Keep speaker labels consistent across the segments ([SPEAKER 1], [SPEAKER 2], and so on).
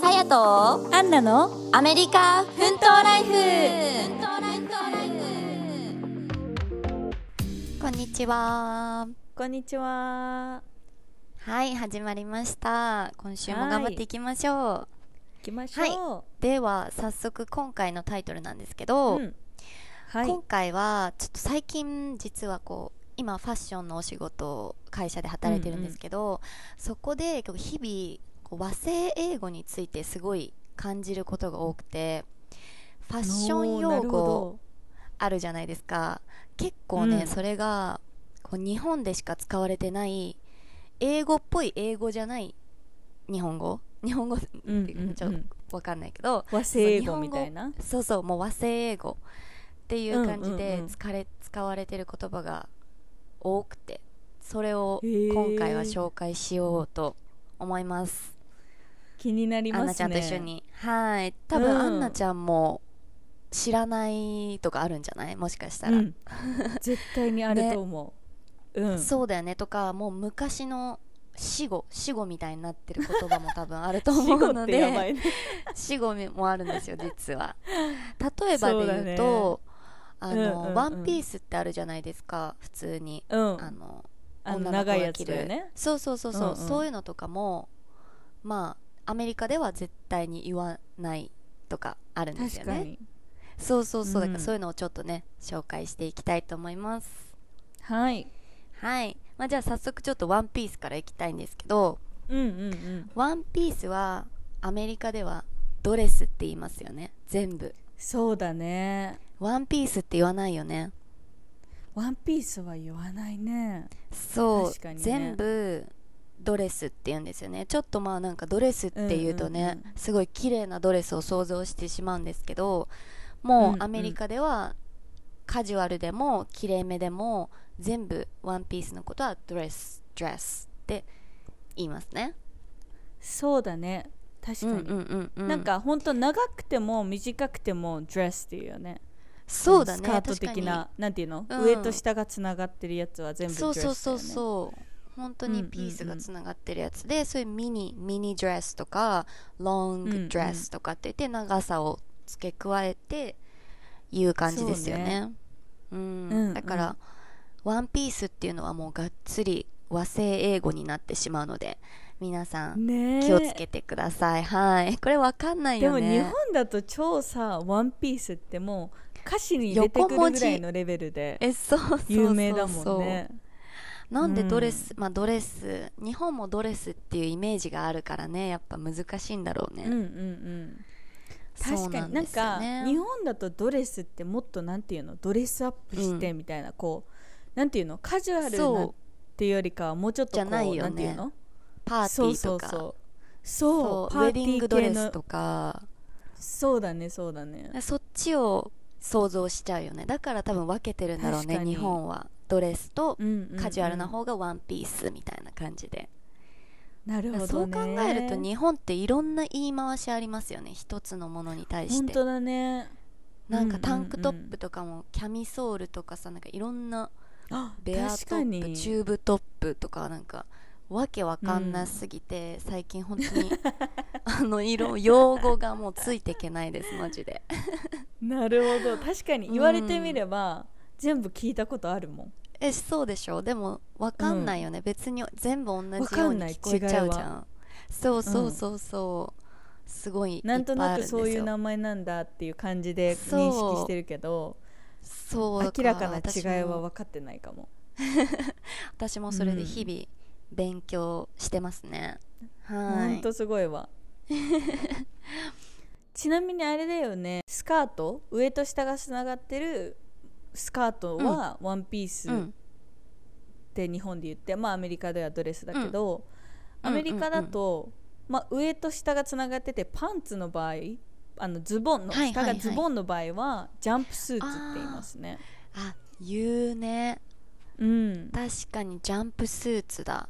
[SPEAKER 1] さやと
[SPEAKER 2] アンナの
[SPEAKER 1] アメリカ奮闘ライフこんにちは
[SPEAKER 2] こんにちは
[SPEAKER 1] はい始まりました今週も頑張っていきましょう
[SPEAKER 2] 行きましょ
[SPEAKER 1] では早速今回のタイトルなんですけ
[SPEAKER 2] う、
[SPEAKER 1] ど、
[SPEAKER 2] うんはい
[SPEAKER 1] 今回はちょっと最近実はこう今ファッションのお仕事を会社で働いてるんですけど、そこでこう日々こう和製英語についてすごい感じることが多くてファッション
[SPEAKER 2] おーな
[SPEAKER 1] 用
[SPEAKER 2] る
[SPEAKER 1] 語
[SPEAKER 2] ほ
[SPEAKER 1] あるじゃないですか結構ね、
[SPEAKER 2] うん
[SPEAKER 1] それがこう日本でしか使われてない英語っぽい英語じゃない日本語日本語って
[SPEAKER 2] どうん
[SPEAKER 1] いうかちょっ
[SPEAKER 2] うん
[SPEAKER 1] とわかんないけど、
[SPEAKER 2] うん和製英語みたいな
[SPEAKER 1] そうそうもう和製英語っていう感じ
[SPEAKER 2] うんうん
[SPEAKER 1] で
[SPEAKER 2] うん
[SPEAKER 1] 使れ、使われてる言葉が多くてそれを
[SPEAKER 2] へー
[SPEAKER 1] 今回は紹介しようと思います、
[SPEAKER 2] 気になりま
[SPEAKER 1] ア
[SPEAKER 2] す
[SPEAKER 1] ン
[SPEAKER 2] ね
[SPEAKER 1] ナちゃんと一緒にはい多分、
[SPEAKER 2] うん
[SPEAKER 1] アンナちゃんも知らないとかあるんじゃないもしかしたら、
[SPEAKER 2] うん、絶対にあると思 う、うん
[SPEAKER 1] そうだよねとかもう昔の死語死語みたいになってる言葉も多分あると思うので
[SPEAKER 2] 死語ってやばいね
[SPEAKER 1] 死語もあるんですよ実 は例えばで言う
[SPEAKER 2] そ
[SPEAKER 1] とあの、
[SPEAKER 2] うんうんうん
[SPEAKER 1] ワンピースってあるじゃないですか普通に、
[SPEAKER 2] うん
[SPEAKER 1] あの
[SPEAKER 2] あの
[SPEAKER 1] 女の子
[SPEAKER 2] 長い
[SPEAKER 1] が
[SPEAKER 2] や
[SPEAKER 1] 着
[SPEAKER 2] つ
[SPEAKER 1] る
[SPEAKER 2] だよね
[SPEAKER 1] そうそうそうそう、
[SPEAKER 2] うんうん
[SPEAKER 1] そういうのとかもまあアメリカでは絶対に言わないとかあるんです
[SPEAKER 2] 確
[SPEAKER 1] よ
[SPEAKER 2] か
[SPEAKER 1] ね
[SPEAKER 2] に
[SPEAKER 1] そうそうそう、だか
[SPEAKER 2] う
[SPEAKER 1] ら
[SPEAKER 2] ん
[SPEAKER 1] そういうのをちょっとね紹介していきたいと思います
[SPEAKER 2] はい
[SPEAKER 1] はい、まあ、じゃあ早速ちょっとワンピースからいきたいんですけど
[SPEAKER 2] うんうんうん
[SPEAKER 1] ワンピースはアメリカではドレスって言いますよね全部
[SPEAKER 2] そうだね
[SPEAKER 1] ワンピースって言わないよね
[SPEAKER 2] ワンピースは言わないね
[SPEAKER 1] そう
[SPEAKER 2] 確かにね
[SPEAKER 1] 全部ドレスって言うんですよねちょっとまあなんかドレスっていうとね、
[SPEAKER 2] うんうん
[SPEAKER 1] すごい綺麗なドレスを想像してしまうんですけども
[SPEAKER 2] んう
[SPEAKER 1] うんアメリカではカジュアルでも綺麗めでも全部ワンピースのことはドレスドレスって言いますね
[SPEAKER 2] そうだね確かに、
[SPEAKER 1] うんうんうんうん
[SPEAKER 2] なんかほんと長くても短くてもドレスっていうよね
[SPEAKER 1] そうだね
[SPEAKER 2] スカート的
[SPEAKER 1] 確かに
[SPEAKER 2] ななんていうの、
[SPEAKER 1] うん
[SPEAKER 2] 上と下がつながってるやつは全部ド
[SPEAKER 1] そう
[SPEAKER 2] レスだよ、
[SPEAKER 1] そう
[SPEAKER 2] ね、
[SPEAKER 1] そうそう本当にピースがつながってるやつで、そういうミニミニドレスとかロングドレスとかって言って長さを付け加えていう感じですよねう
[SPEAKER 2] うんん
[SPEAKER 1] だから、ワンピースっていうのはもうがっつり和製英語になってしまうので皆さん
[SPEAKER 2] ねえ
[SPEAKER 1] 気をつけてください、はいこれわかんない
[SPEAKER 2] で
[SPEAKER 1] よ
[SPEAKER 2] も
[SPEAKER 1] ね
[SPEAKER 2] 日本だと超さ「ワンピースってもう歌詞に出てくるぐらいのレベルで
[SPEAKER 1] えそうそうそうそう
[SPEAKER 2] 有名だもんね
[SPEAKER 1] なんでドレス、まあドレス日本もドレスっていうイメージがあるからねやっぱ難しいんだろうね、
[SPEAKER 2] うんうんうん
[SPEAKER 1] そう
[SPEAKER 2] 確かになん
[SPEAKER 1] ですよ
[SPEAKER 2] か
[SPEAKER 1] ね
[SPEAKER 2] 日本だとドレスってもっとなんていうのドレスアップしてみたいな、こうなんていうのカジュアルなっ
[SPEAKER 1] そう
[SPEAKER 2] ていうよりかはもうちょっとこう
[SPEAKER 1] じゃないよね
[SPEAKER 2] んていうの
[SPEAKER 1] パーティーとか
[SPEAKER 2] そう
[SPEAKER 1] そう
[SPEAKER 2] そうそうそう
[SPEAKER 1] ウェディングドレ
[SPEAKER 2] パ
[SPEAKER 1] ス
[SPEAKER 2] ーティー系の
[SPEAKER 1] とか
[SPEAKER 2] そうだねそうだね
[SPEAKER 1] そっちを想像しちゃうよねだから多分分けてるんだろう
[SPEAKER 2] 確
[SPEAKER 1] ね
[SPEAKER 2] かに
[SPEAKER 1] 日本はドレスと
[SPEAKER 2] うんうんうん
[SPEAKER 1] カジュアルな方がワンピースみたいな感じで、
[SPEAKER 2] なるほど、ね、
[SPEAKER 1] そう考えると日本っていろんな言い回しありますよね一つのものに対し
[SPEAKER 2] 本
[SPEAKER 1] て
[SPEAKER 2] 当だね
[SPEAKER 1] なんかタンクト
[SPEAKER 2] うんう
[SPEAKER 1] ッ
[SPEAKER 2] んう
[SPEAKER 1] プ
[SPEAKER 2] ん
[SPEAKER 1] とかもキャミソールとかさなんかいろんな
[SPEAKER 2] あ
[SPEAKER 1] ベアト
[SPEAKER 2] 確か
[SPEAKER 1] ップ
[SPEAKER 2] に
[SPEAKER 1] チューブトップとかなんかわけわかんなすぎて、最近本当に あの色用語がもうついていけないですマジで
[SPEAKER 2] なるほど確かに言われてみれば、全部聞いたことあるもん
[SPEAKER 1] えそうでしょでもわかんないよね、別に全部同じように聞こえちゃう
[SPEAKER 2] わ
[SPEAKER 1] じ
[SPEAKER 2] かん
[SPEAKER 1] ゃ
[SPEAKER 2] なん
[SPEAKER 1] そうそうそうそう、すごいいっぱいあ
[SPEAKER 2] な
[SPEAKER 1] るん
[SPEAKER 2] ん
[SPEAKER 1] です
[SPEAKER 2] と
[SPEAKER 1] よ
[SPEAKER 2] なくそういう名前なんだっていう感じで認識してるけど
[SPEAKER 1] そう
[SPEAKER 2] 明
[SPEAKER 1] だから
[SPEAKER 2] かな
[SPEAKER 1] 私
[SPEAKER 2] 違いは
[SPEAKER 1] も
[SPEAKER 2] 分かってないかも
[SPEAKER 1] 私もそれで日々勉強してますね、は
[SPEAKER 2] ほ
[SPEAKER 1] い
[SPEAKER 2] んとすごい わちなみにあれだよねスカート上と下がつながってるスカートはワンピース
[SPEAKER 1] う
[SPEAKER 2] っ
[SPEAKER 1] ん
[SPEAKER 2] て日本で言って、まあアメリカではドレスだけど、
[SPEAKER 1] うん
[SPEAKER 2] アメリカだと、まあ、上と下がつながっててパンツの場合あのズボンの
[SPEAKER 1] はいはい
[SPEAKER 2] 下
[SPEAKER 1] は
[SPEAKER 2] が
[SPEAKER 1] い
[SPEAKER 2] ズボンの場合はジャンプスーツって言いますね。
[SPEAKER 1] あ言うね
[SPEAKER 2] うん、
[SPEAKER 1] 確かにジャンプスーツだ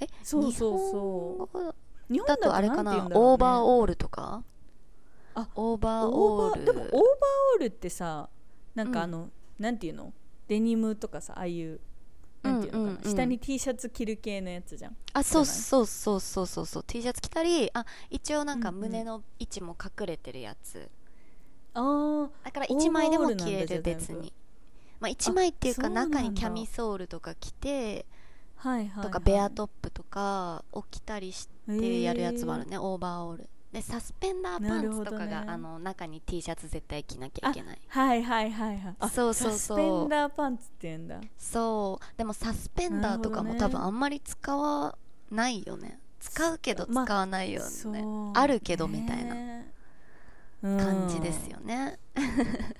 [SPEAKER 1] え
[SPEAKER 2] そうそうそう
[SPEAKER 1] 日本語
[SPEAKER 2] 日本
[SPEAKER 1] だとあれか
[SPEAKER 2] んて
[SPEAKER 1] な、
[SPEAKER 2] 言うんだろうね
[SPEAKER 1] オーバーオールとか
[SPEAKER 2] あ
[SPEAKER 1] オーバー
[SPEAKER 2] オ
[SPEAKER 1] オ
[SPEAKER 2] ー
[SPEAKER 1] ー
[SPEAKER 2] バー
[SPEAKER 1] ル
[SPEAKER 2] でもオーバーオールってさなんかあの、なんていうのデニムとかさああいうなんていうのかな、
[SPEAKER 1] うんうんうん
[SPEAKER 2] 下に T シャツ着る系のやつじゃん
[SPEAKER 1] あそう
[SPEAKER 2] じゃない
[SPEAKER 1] そうそうそうそうそう T シャツ着たりあ一応なんか
[SPEAKER 2] うんうん
[SPEAKER 1] 胸の位置も隠れてるやつ、
[SPEAKER 2] あー
[SPEAKER 1] だから
[SPEAKER 2] オーバー
[SPEAKER 1] 1枚
[SPEAKER 2] オール
[SPEAKER 1] でも着
[SPEAKER 2] な
[SPEAKER 1] れ
[SPEAKER 2] んだじゃ
[SPEAKER 1] る
[SPEAKER 2] あ
[SPEAKER 1] 別
[SPEAKER 2] 全部
[SPEAKER 1] に、まあ、1枚っていう
[SPEAKER 2] そ
[SPEAKER 1] か
[SPEAKER 2] うなんだ
[SPEAKER 1] 中にキャミソールとか着て
[SPEAKER 2] はいはい、はい、
[SPEAKER 1] とかベアトップとかを着たりしてやるやつもある
[SPEAKER 2] ね
[SPEAKER 1] ね、オーバーオールでサスペンダーパンツとかが、
[SPEAKER 2] なるほどね
[SPEAKER 1] あの中に T シャツ絶対着なきゃいけない
[SPEAKER 2] はいはいはいはいあ
[SPEAKER 1] そうそうそう
[SPEAKER 2] サスペンダーパンツって言うんだ
[SPEAKER 1] そうでもサスペンダーとかも
[SPEAKER 2] なる
[SPEAKER 1] 多
[SPEAKER 2] ほどね
[SPEAKER 1] 分あんまり使わないよね使うけど
[SPEAKER 2] ま
[SPEAKER 1] 使
[SPEAKER 2] あ
[SPEAKER 1] わないよ
[SPEAKER 2] そう
[SPEAKER 1] ね、
[SPEAKER 2] ね
[SPEAKER 1] あるけどみたいな
[SPEAKER 2] うん
[SPEAKER 1] 感じですよね、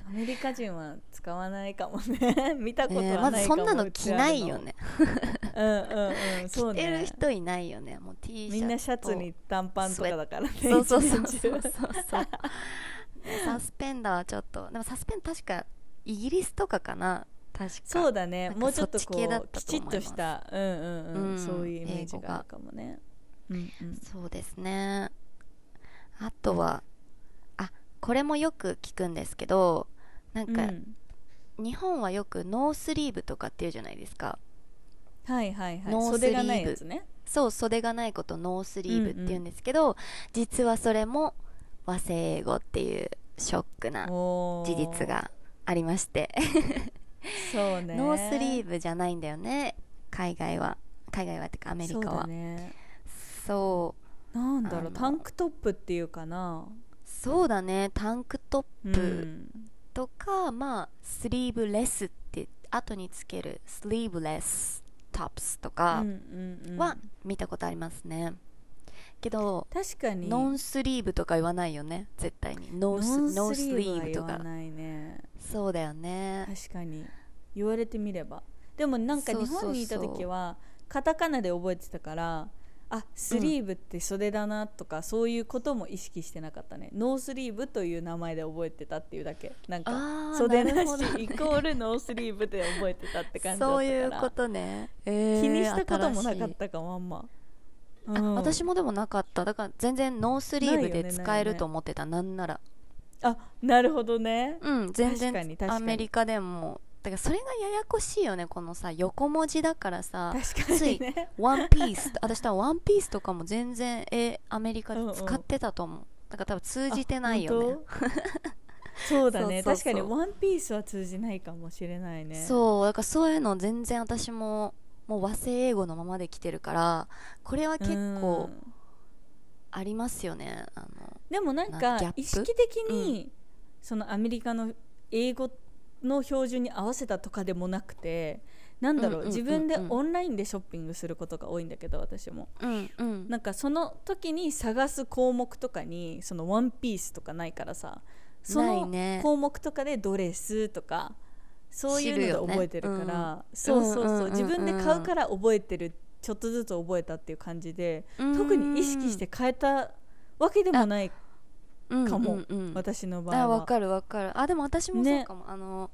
[SPEAKER 2] アメリカ人は使わないかもね 見たことは
[SPEAKER 1] ね
[SPEAKER 2] ないかも、
[SPEAKER 1] まずそんなの着ないよね
[SPEAKER 2] うちらのうんうんうんそう
[SPEAKER 1] 着てる
[SPEAKER 2] ね
[SPEAKER 1] 人いないよねもう T シャツ
[SPEAKER 2] みんなシャツに短パンとかだからね
[SPEAKER 1] そうそうそう
[SPEAKER 2] 一
[SPEAKER 1] そ
[SPEAKER 2] 年
[SPEAKER 1] う
[SPEAKER 2] 中
[SPEAKER 1] そうそうねサスペンダーはちょっとでもサスペンダー確かイギリスとかかな確か
[SPEAKER 2] そうだね
[SPEAKER 1] なんか
[SPEAKER 2] もうちょっと
[SPEAKER 1] そっ
[SPEAKER 2] こ
[SPEAKER 1] ち系だっ
[SPEAKER 2] う
[SPEAKER 1] た
[SPEAKER 2] き
[SPEAKER 1] と
[SPEAKER 2] ちっ
[SPEAKER 1] 思います
[SPEAKER 2] としたうんうんうん、
[SPEAKER 1] うん
[SPEAKER 2] そういうイメージがあるかもねうんうん
[SPEAKER 1] そうですねあとはあこれもよく聞くんですけどなんか、
[SPEAKER 2] うん
[SPEAKER 1] 日本はよくノースリーブとかっていうじゃないですか
[SPEAKER 2] はいはいはい
[SPEAKER 1] ノースリーブ
[SPEAKER 2] 袖がないやつね
[SPEAKER 1] そう袖がないことノースリーブって言うんですけど、実はそれも和製英語っていうショックな
[SPEAKER 2] 事
[SPEAKER 1] 事実がありまして、
[SPEAKER 2] そうね
[SPEAKER 1] ノースリーブじゃないんだよね海外は海外はってかアメリカ
[SPEAKER 2] そう
[SPEAKER 1] は
[SPEAKER 2] だね
[SPEAKER 1] そう
[SPEAKER 2] なんだ
[SPEAKER 1] あ
[SPEAKER 2] ろ
[SPEAKER 1] の
[SPEAKER 2] うタンクトップっていうかな
[SPEAKER 1] そうだねタンクト
[SPEAKER 2] う
[SPEAKER 1] ップ
[SPEAKER 2] ん
[SPEAKER 1] とか、まあスリーブレスって後につけるスリーブレストップスと
[SPEAKER 2] う
[SPEAKER 1] か
[SPEAKER 2] んうんうん
[SPEAKER 1] は見たことありますね、けど
[SPEAKER 2] 確かに
[SPEAKER 1] ノンスリーブとか言わないよね絶対にノース
[SPEAKER 2] ノ
[SPEAKER 1] ノ
[SPEAKER 2] ン
[SPEAKER 1] ー
[SPEAKER 2] ス
[SPEAKER 1] ス
[SPEAKER 2] リ
[SPEAKER 1] リ
[SPEAKER 2] ー
[SPEAKER 1] ー
[SPEAKER 2] ブ
[SPEAKER 1] ブ
[SPEAKER 2] と
[SPEAKER 1] と
[SPEAKER 2] か言わ
[SPEAKER 1] か
[SPEAKER 2] ないね
[SPEAKER 1] そうだよね
[SPEAKER 2] 確かに言われてみればでもなんか日
[SPEAKER 1] そうそうそ
[SPEAKER 2] 本
[SPEAKER 1] う
[SPEAKER 2] にいた時はカタカナで覚えてたからあスリーブって袖だなとか、そういうことも意識してなかったねノースリーブという名前で覚えてたっていうだけなんか
[SPEAKER 1] あー
[SPEAKER 2] 袖なし
[SPEAKER 1] なるほどね
[SPEAKER 2] イコールノースリーブで覚えてたって感じだった
[SPEAKER 1] そ
[SPEAKER 2] から
[SPEAKER 1] ういうことね、えー
[SPEAKER 2] 気にしたこともなか
[SPEAKER 1] 新
[SPEAKER 2] っ
[SPEAKER 1] しい
[SPEAKER 2] たかもあんま、
[SPEAKER 1] あ私
[SPEAKER 2] も
[SPEAKER 1] もでもなかっただから全然ノースリーブ
[SPEAKER 2] ないよ
[SPEAKER 1] で
[SPEAKER 2] ね
[SPEAKER 1] 使え
[SPEAKER 2] ないよ
[SPEAKER 1] る
[SPEAKER 2] ね
[SPEAKER 1] と思ってたなんなら
[SPEAKER 2] あなるほどね
[SPEAKER 1] うん全
[SPEAKER 2] 確か
[SPEAKER 1] 然
[SPEAKER 2] に確かに
[SPEAKER 1] アメリカでもだからそれがややこしいよねこのさ横文字だからさ
[SPEAKER 2] 確かにね
[SPEAKER 1] 「ワンピース私多分「ワンピースとかも全然えアメリカで使ってたと思う、だから多分通じてないよ
[SPEAKER 2] あ本当 そうだね
[SPEAKER 1] そうそうそう
[SPEAKER 2] 確かに「ワンピースは通じないかもしれない
[SPEAKER 1] ね
[SPEAKER 2] ね
[SPEAKER 1] そうだからそういうの全然私ももう和製英語のままで来てるからこれは結構
[SPEAKER 2] うん
[SPEAKER 1] ありますよねあの
[SPEAKER 2] でもなん
[SPEAKER 1] なん
[SPEAKER 2] か
[SPEAKER 1] かギャップ
[SPEAKER 2] 意識的に、そのアメリカの英語の標準に合わせたとかでもなくてなんだろう,、
[SPEAKER 1] うんうんうんうん
[SPEAKER 2] 自分でオンラインでショッピングすることが多いんだけど私も
[SPEAKER 1] うんうん
[SPEAKER 2] なんかその時に探す項目とかにそのワンピースとかないからさそ
[SPEAKER 1] ない
[SPEAKER 2] の
[SPEAKER 1] ね
[SPEAKER 2] 項目とかでドレスとかそういうので覚えてるか
[SPEAKER 1] 知るよ
[SPEAKER 2] ら、そうそうそう,、
[SPEAKER 1] うんうんうんうん
[SPEAKER 2] 自分で買うから覚えてるちょっとずつ覚えたっていう感じで特に意識して変えたわけでもないか
[SPEAKER 1] か
[SPEAKER 2] も
[SPEAKER 1] うんうんうん
[SPEAKER 2] 私の場合
[SPEAKER 1] あ
[SPEAKER 2] は。
[SPEAKER 1] わかるわかるあでも私もそうかも、あの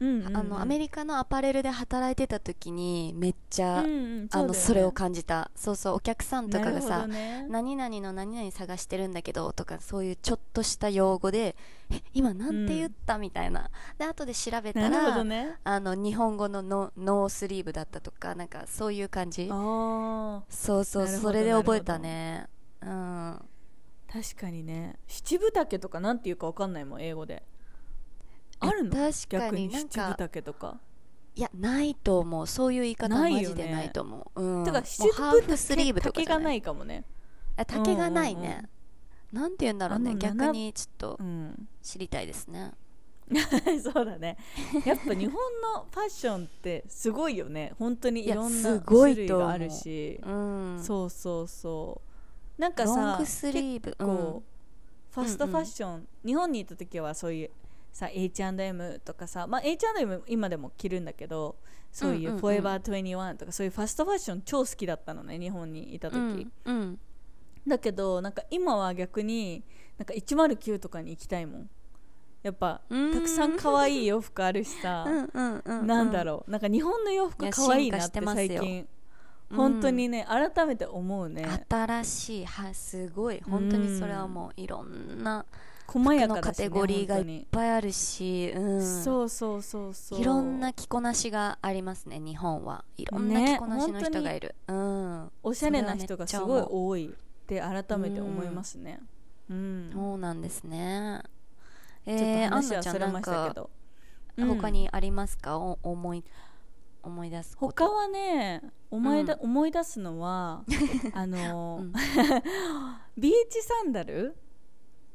[SPEAKER 2] うんうんうん
[SPEAKER 1] あのアメリカのアパレルで働いてた時にめっちゃ、
[SPEAKER 2] うんうん
[SPEAKER 1] あ
[SPEAKER 2] うだよ
[SPEAKER 1] の
[SPEAKER 2] ね
[SPEAKER 1] それを感じたそうそうお客さんとかが
[SPEAKER 2] なる
[SPEAKER 1] さ
[SPEAKER 2] ほど、ね
[SPEAKER 1] 何々の何々探してるんだけどとかそういうちょっとした用語でえ今なんて言った、みたいなで後で調べた
[SPEAKER 2] なるほ
[SPEAKER 1] ら、
[SPEAKER 2] どね
[SPEAKER 1] あの日本語のノノースリーブだったとかなんかそういう感じ
[SPEAKER 2] あ
[SPEAKER 1] そうそう
[SPEAKER 2] なるほ
[SPEAKER 1] そ
[SPEAKER 2] ど
[SPEAKER 1] れで覚えたねうん
[SPEAKER 2] ー確かにね七分丈とかなんていうかわかんないもん英語であるの
[SPEAKER 1] え確か
[SPEAKER 2] 逆
[SPEAKER 1] に
[SPEAKER 2] に
[SPEAKER 1] なん
[SPEAKER 2] 七分
[SPEAKER 1] か
[SPEAKER 2] 丈とか
[SPEAKER 1] いやないと思うそういう言い方
[SPEAKER 2] な
[SPEAKER 1] マ
[SPEAKER 2] いよ
[SPEAKER 1] ジ
[SPEAKER 2] ね
[SPEAKER 1] でないと思う、うん、
[SPEAKER 2] てか
[SPEAKER 1] も
[SPEAKER 2] 七
[SPEAKER 1] うハー
[SPEAKER 2] 分
[SPEAKER 1] フスリーブとか
[SPEAKER 2] 丈
[SPEAKER 1] じゃ
[SPEAKER 2] が
[SPEAKER 1] ない
[SPEAKER 2] ないかもね
[SPEAKER 1] あ竹がない
[SPEAKER 2] うんうん
[SPEAKER 1] ね、なんて言うんだろうね
[SPEAKER 2] あの
[SPEAKER 1] 逆にちょっと
[SPEAKER 2] うん
[SPEAKER 1] 知りたいですね
[SPEAKER 2] そうだねやっぱ日本のファッションってすごいよね本当にいろん
[SPEAKER 1] いや
[SPEAKER 2] な
[SPEAKER 1] すご
[SPEAKER 2] 種
[SPEAKER 1] い
[SPEAKER 2] 類
[SPEAKER 1] と思う
[SPEAKER 2] があるし
[SPEAKER 1] うん
[SPEAKER 2] そうそうそうなんか
[SPEAKER 1] ロン
[SPEAKER 2] さ
[SPEAKER 1] グスリーブ
[SPEAKER 2] 結構ファスト
[SPEAKER 1] うんう
[SPEAKER 2] フ
[SPEAKER 1] ん
[SPEAKER 2] ァッション、日本にいた時はそういうさ H&M とかさ、まあ、H&M 今でも着るんだけどそういううん
[SPEAKER 1] うんうん
[SPEAKER 2] フォーエバー21とかそういうファストファッション超好きだったのね日本にいた時、
[SPEAKER 1] うんうん
[SPEAKER 2] だけどなんか今は逆になんか109とかに行きたいもんやっぱ
[SPEAKER 1] うん
[SPEAKER 2] たくさん可愛い洋服あるしさ、
[SPEAKER 1] うんうんうんうん
[SPEAKER 2] なんだろうなんか日本の洋
[SPEAKER 1] い
[SPEAKER 2] 服
[SPEAKER 1] や
[SPEAKER 2] 可愛いなっ
[SPEAKER 1] 進化して
[SPEAKER 2] て
[SPEAKER 1] ます
[SPEAKER 2] 最
[SPEAKER 1] よ
[SPEAKER 2] 近
[SPEAKER 1] うん
[SPEAKER 2] 本当にね改めて思うね
[SPEAKER 1] 新しいはすごい本当にそれはもういろんな
[SPEAKER 2] 細やかだし、
[SPEAKER 1] 服のカテ
[SPEAKER 2] ね、
[SPEAKER 1] ゴリーがいっ
[SPEAKER 2] 本
[SPEAKER 1] ぱいあるし、うん、
[SPEAKER 2] 当にそうそうそうそう
[SPEAKER 1] いろんな着こなしがありますね日本はいろんな
[SPEAKER 2] ね
[SPEAKER 1] 着こなしの人がいる、うん
[SPEAKER 2] おしゃれな人がすごい多いって改めて思いますねうん、
[SPEAKER 1] そうなんですね
[SPEAKER 2] ちょっと
[SPEAKER 1] えー、アン
[SPEAKER 2] 話
[SPEAKER 1] ナ
[SPEAKER 2] は
[SPEAKER 1] ちゃ
[SPEAKER 2] そ
[SPEAKER 1] ん
[SPEAKER 2] れ
[SPEAKER 1] なん
[SPEAKER 2] ましたけ
[SPEAKER 1] か
[SPEAKER 2] ど、うん
[SPEAKER 1] 他にありますか、お思い思い出すこと
[SPEAKER 2] 他はね思いだ、思い出す のはあの、
[SPEAKER 1] うん
[SPEAKER 2] ビーチサンダル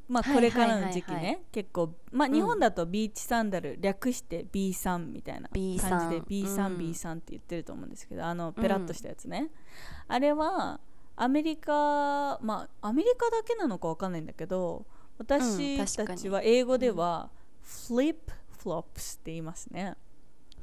[SPEAKER 2] まあ
[SPEAKER 1] はい
[SPEAKER 2] これからの時期ね、
[SPEAKER 1] はいはいは
[SPEAKER 2] 結構まあ
[SPEAKER 1] うん
[SPEAKER 2] 日本だとビーチサンダル、略して B さんみたいな感
[SPEAKER 1] B
[SPEAKER 2] じ
[SPEAKER 1] さん
[SPEAKER 2] で B さ
[SPEAKER 1] うん
[SPEAKER 2] ん B さんって言ってると思うんですけどあのペラッとしたやつね、あれはアメリカまあアメリカだけなのかわかんないんだけど私たちは英語では、フリップフロップスって言いますね。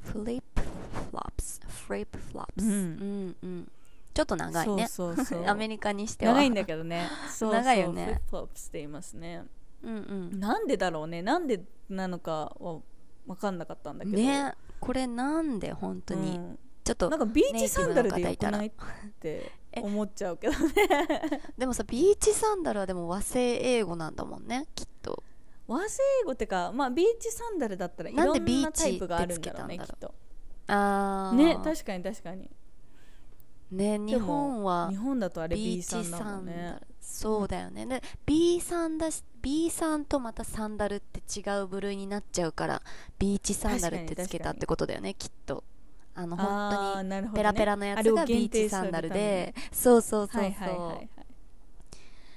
[SPEAKER 1] フリップフロップスフリップフロップス、
[SPEAKER 2] う
[SPEAKER 1] うんん、うんちょっと長いね
[SPEAKER 2] そうそうそ う
[SPEAKER 1] アメリカにしては
[SPEAKER 2] 長いんだけどねそうそう
[SPEAKER 1] 長いよね
[SPEAKER 2] フリップフロップスって言いますね
[SPEAKER 1] うんうん
[SPEAKER 2] なんでだろうねなんでなのかは分かんなかったんだけど
[SPEAKER 1] ねこれなんで本当に、
[SPEAKER 2] うん
[SPEAKER 1] ちょっと
[SPEAKER 2] なんかビー
[SPEAKER 1] ネ
[SPEAKER 2] チ
[SPEAKER 1] イティ
[SPEAKER 2] サ
[SPEAKER 1] ブ
[SPEAKER 2] ン
[SPEAKER 1] の
[SPEAKER 2] ダル
[SPEAKER 1] 方
[SPEAKER 2] でよ
[SPEAKER 1] い
[SPEAKER 2] く
[SPEAKER 1] たら
[SPEAKER 2] ないって
[SPEAKER 1] え
[SPEAKER 2] 思っちゃうけどね
[SPEAKER 1] でもさビーチサンダルはでも和製英語なんだもんねきっと
[SPEAKER 2] 和製英語ってかまあビーチサンダルだったらい
[SPEAKER 1] なん
[SPEAKER 2] ろ
[SPEAKER 1] で
[SPEAKER 2] ん
[SPEAKER 1] ビー
[SPEAKER 2] な
[SPEAKER 1] チ
[SPEAKER 2] タイプがあるんだろうね
[SPEAKER 1] っ
[SPEAKER 2] き
[SPEAKER 1] て
[SPEAKER 2] っ
[SPEAKER 1] つけ
[SPEAKER 2] と
[SPEAKER 1] あー
[SPEAKER 2] ね確かに確かに
[SPEAKER 1] ね日本は
[SPEAKER 2] 日本だとあれ
[SPEAKER 1] ビ
[SPEAKER 2] B
[SPEAKER 1] ー
[SPEAKER 2] さ
[SPEAKER 1] チ
[SPEAKER 2] んだ
[SPEAKER 1] サ
[SPEAKER 2] もん
[SPEAKER 1] ンダル、
[SPEAKER 2] ね
[SPEAKER 1] そうだよねで B さんだし B さんとまたサンダルって違う部類になっちゃうからビーチサンダルってつけたってことだよねきっとあの本当に
[SPEAKER 2] 当に
[SPEAKER 1] ペラペラのやつがビーチサンダルで、そうそうそうそう、
[SPEAKER 2] はいはいはいはい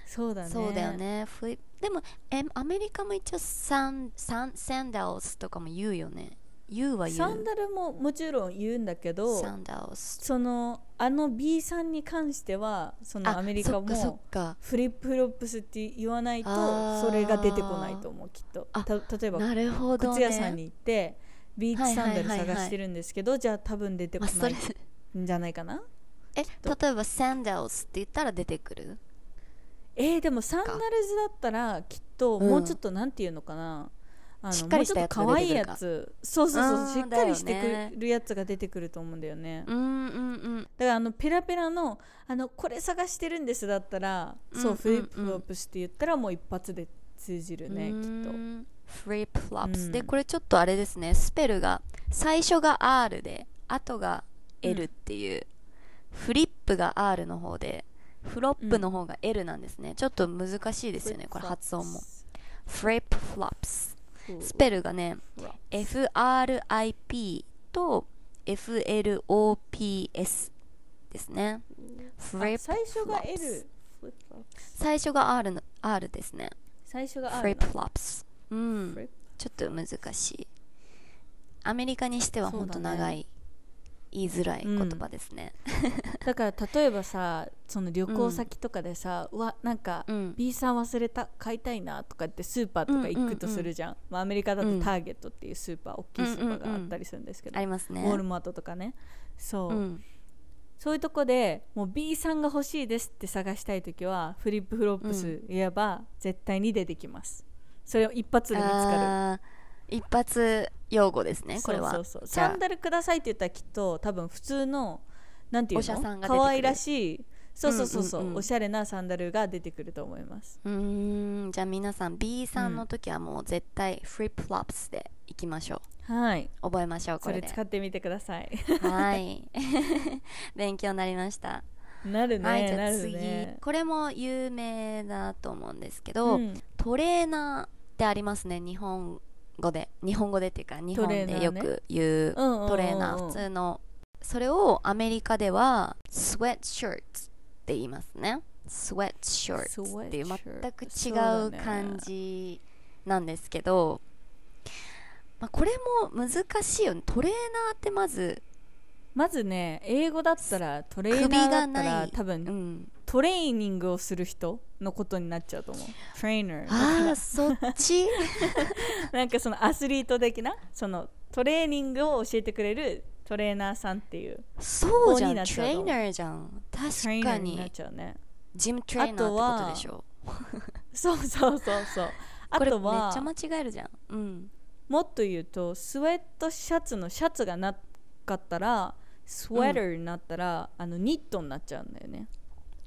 [SPEAKER 2] そうだね
[SPEAKER 1] そうだよねフリでもえアメリカも一応サンサンサンダルスとかも言うよね言うは言う
[SPEAKER 2] サンダルももちろん言うんだけど
[SPEAKER 1] サンダルス
[SPEAKER 2] そのあの B さんに関してはそのアメリカ
[SPEAKER 1] あそっ
[SPEAKER 2] も
[SPEAKER 1] か
[SPEAKER 2] フリップフロップスって言わない
[SPEAKER 1] あ
[SPEAKER 2] と
[SPEAKER 1] ー
[SPEAKER 2] それが出てこないと思うきっと
[SPEAKER 1] あ
[SPEAKER 2] た例え
[SPEAKER 1] そっか
[SPEAKER 2] ば
[SPEAKER 1] なるほど、
[SPEAKER 2] 靴
[SPEAKER 1] ね、
[SPEAKER 2] 屋さんに行ってビーチサンダル
[SPEAKER 1] はいはいはいはい
[SPEAKER 2] 探してるんですけどじゃあ多分出てこ
[SPEAKER 1] まあ、そ
[SPEAKER 2] な
[SPEAKER 1] れ
[SPEAKER 2] いんじゃないかな
[SPEAKER 1] え
[SPEAKER 2] と
[SPEAKER 1] 例えばサンダルスって言ったら出てくる
[SPEAKER 2] えーでもサンダルズだったらきっと
[SPEAKER 1] うん
[SPEAKER 2] もうちょっとなんていうのかなあの
[SPEAKER 1] しっかりしたやつが
[SPEAKER 2] もうちょっと可愛い
[SPEAKER 1] 出てくる
[SPEAKER 2] や
[SPEAKER 1] か
[SPEAKER 2] つそうそうそううんしっかりして
[SPEAKER 1] だよね
[SPEAKER 2] くるやつが出てくると思うんだよね
[SPEAKER 1] うんうんうん
[SPEAKER 2] だからあのペラペラのあのこれ探してるんですだったら、そう
[SPEAKER 1] うん
[SPEAKER 2] フリップ
[SPEAKER 1] うんうん
[SPEAKER 2] フロップスって言ったらもう一発で通じるね、きっと
[SPEAKER 1] フリップフロップス、
[SPEAKER 2] うん
[SPEAKER 1] でこれちょっとあれですねスペルが最初が R で後が L っていう、フリップが R の方でフロップの方が L なんですね、ちょっと難しいですよねこれ発音もフリップフロップススペ
[SPEAKER 2] ル
[SPEAKER 1] ルがね FRIP と FLOPS ですねフリップ
[SPEAKER 2] 最初が L
[SPEAKER 1] 最初が R, の R ですね
[SPEAKER 2] 最初が
[SPEAKER 1] フ
[SPEAKER 2] R
[SPEAKER 1] リ
[SPEAKER 2] な
[SPEAKER 1] ップフロップスう
[SPEAKER 2] フリ
[SPEAKER 1] ん
[SPEAKER 2] ップ
[SPEAKER 1] ちょっと難しいアメリカにしては本当長い、言いづらい言葉ですね
[SPEAKER 2] だから例えばさその旅行先とかでさ、うわなんか
[SPEAKER 1] うん
[SPEAKER 2] B さん忘れた買いたいなとかってスーパーとか行くとするじゃん,、まあ、アメリカだとターゲットっていうスーパー、大きいスーパーがあったりするんですけど、
[SPEAKER 1] ありますね
[SPEAKER 2] ウォールマートとかねそう、
[SPEAKER 1] うん
[SPEAKER 2] そういうとこでもう B さんが欲しいですって探したい時はフリップフロップス言えば絶対に出てきます、それを一発で見つか
[SPEAKER 1] あー一発用語です
[SPEAKER 2] る
[SPEAKER 1] ねこれは
[SPEAKER 2] そうそうそう
[SPEAKER 1] じゃあ
[SPEAKER 2] サンダルくださいって言ったらきっと多分普通のなんていう
[SPEAKER 1] おしゃさんが出
[SPEAKER 2] の
[SPEAKER 1] てくる
[SPEAKER 2] 可愛らしいそうそうそうそう,、
[SPEAKER 1] うんうんうん
[SPEAKER 2] おしゃれなサンダルが出てくると思います
[SPEAKER 1] うーんじゃあ皆さん B さんの時はもう絶対フリップフロップスでいきましょ
[SPEAKER 2] はいう
[SPEAKER 1] 覚えましょうこ
[SPEAKER 2] そ
[SPEAKER 1] れ
[SPEAKER 2] れ
[SPEAKER 1] で
[SPEAKER 2] 使ってみてください
[SPEAKER 1] はい 勉強になりました
[SPEAKER 2] なるね、
[SPEAKER 1] はい、じゃ
[SPEAKER 2] な
[SPEAKER 1] あ
[SPEAKER 2] る
[SPEAKER 1] 次、
[SPEAKER 2] ね
[SPEAKER 1] これも有名だと思うんですけど、
[SPEAKER 2] うん
[SPEAKER 1] トレーナーってありますね日本語で日本語でっていうか日本
[SPEAKER 2] トレーナ
[SPEAKER 1] で
[SPEAKER 2] ーね
[SPEAKER 1] よく言う
[SPEAKER 2] うんうんうんうん
[SPEAKER 1] トレーナー,、普通のそれをアメリカではスウェットシャツって言いますねスウェットシャツっていう
[SPEAKER 2] sweatshirt
[SPEAKER 1] 全く
[SPEAKER 2] そう
[SPEAKER 1] 違
[SPEAKER 2] だ
[SPEAKER 1] う
[SPEAKER 2] ね
[SPEAKER 1] 感じなんですけど、まあ、これも難しいよねトレーナーってまず
[SPEAKER 2] まずね英語だったらトレー
[SPEAKER 1] 首
[SPEAKER 2] ナーだ
[SPEAKER 1] が
[SPEAKER 2] った
[SPEAKER 1] な
[SPEAKER 2] ら
[SPEAKER 1] い
[SPEAKER 2] 多分
[SPEAKER 1] うん、
[SPEAKER 2] トレーニングをする人のことになっちゃうと思うトレーナーだから
[SPEAKER 1] ああそっち
[SPEAKER 2] なんかそのアスリート的なそのトレーニングを教えてくれるトレーナーさんっていう
[SPEAKER 1] そうじゃん
[SPEAKER 2] こうになっち
[SPEAKER 1] ト
[SPEAKER 2] ゃう
[SPEAKER 1] レ
[SPEAKER 2] と
[SPEAKER 1] ー
[SPEAKER 2] 思う
[SPEAKER 1] ナーじゃん
[SPEAKER 2] トレー
[SPEAKER 1] 確
[SPEAKER 2] ナー
[SPEAKER 1] か
[SPEAKER 2] になっ
[SPEAKER 1] に
[SPEAKER 2] ちゃうね
[SPEAKER 1] ジムトレーナーってことでしょ
[SPEAKER 2] そうそうそうそうあ
[SPEAKER 1] これ
[SPEAKER 2] と
[SPEAKER 1] めっ
[SPEAKER 2] は
[SPEAKER 1] ちゃ間違えるじゃんうん
[SPEAKER 2] もっと言うとスウェットシャツのシャツがなかったらスウェッターになったら、あのニットになっちゃうんだよね